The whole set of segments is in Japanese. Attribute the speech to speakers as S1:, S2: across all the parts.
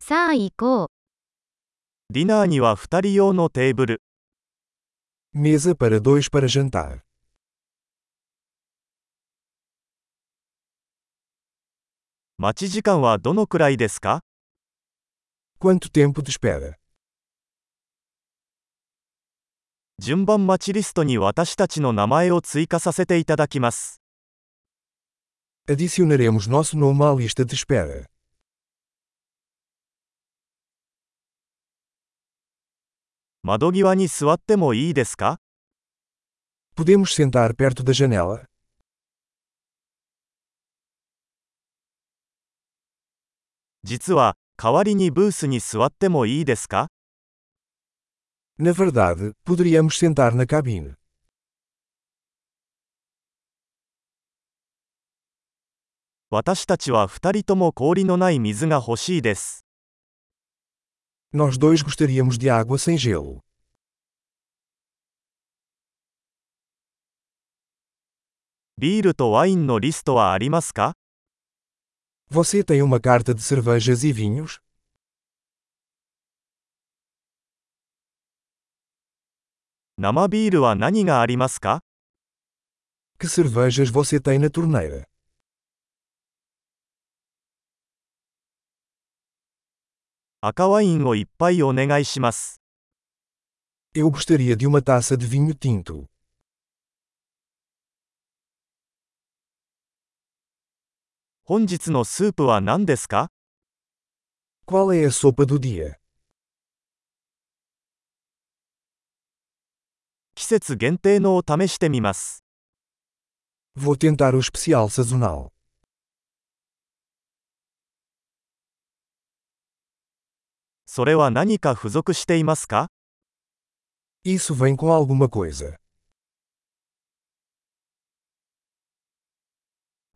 S1: さあ行こう。
S2: ディナーには2人用のテーブル。
S3: Mesa para dois para jantar.
S2: 待ち時間はどのくらいですか
S3: Quanto tempo de espera?
S2: 順番待ちリストに私たちの名前を追加させていただきます。
S3: Adicionaremos nosso nome à lista de espera.
S2: 窓際に座ってもいいですか
S3: Podemos sentar perto da janela?
S2: 実は、代わりにブースに座ってもいいですか
S3: Na verdade, poderíamos sentar na cabine.
S2: 私たちは2人とも氷のない水が欲しいです。
S3: Nós dois gostaríamos de água sem gelo.
S2: ビールとワインのリストはありますか
S3: Você tem uma carta de cervejas e vinhos?
S2: 生ビールは何がありますか
S3: Que cervejas você tem na torneira?
S2: 赤ワインをいっぱいお願いします。
S3: Eu gostaria de uma taça de vinho tinto.
S2: 本日のスープは何ですか
S3: Qual é a sopa do dia?
S2: 季節限定のを試してみます。
S3: Vou tentar o especial sazonal.
S2: それは何か付属していますか
S3: Isso vem com alguma coisa.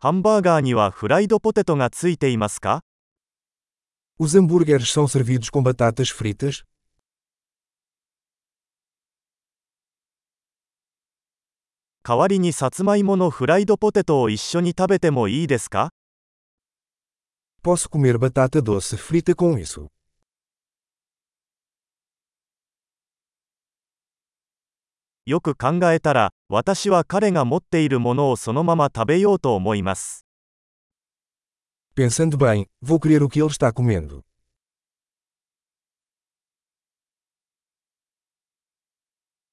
S2: ハンバーガーにはフライドポテトがついていますか
S3: Os hambúrgueres são servidos com batatas fritas?
S2: 代わりにさつまいものフライドポテトを一緒に食べてもいいですか
S3: Posso comer batata doce frita com isso.
S2: よく考えたら、私は彼が持っているものをそのまま食べようと思います。
S3: Pensando bem, vou querer o que ele está comendo.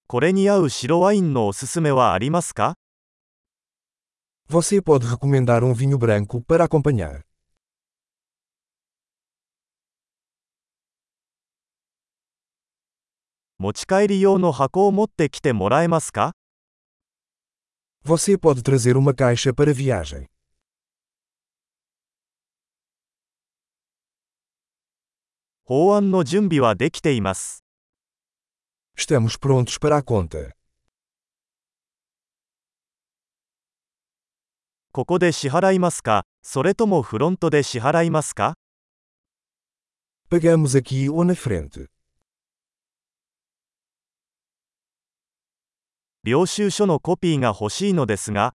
S2: これに合う白ワインのおすすめはありますか
S3: Você pode recomendar um vinho branco para acompanhar.
S2: 持ち帰り用の箱を持ってきてもらえますか
S3: Você pode trazer uma caixa para viagem.
S2: 法案の準備はできています。
S3: Estamos prontos para a conta.
S2: ここで支払いますかそれともフロントで支払いますか
S3: Pagamos aqui ou na frente.
S2: 領収書のコピーが欲しいのですが、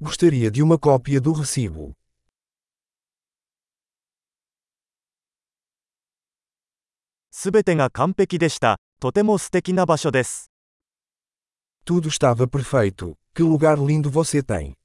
S3: Gostaria de uma cópia do recibo.
S2: すべてが完璧でした。とても素敵な場所です。
S3: Tudo estava perfeito. Que lugar lindo você tem!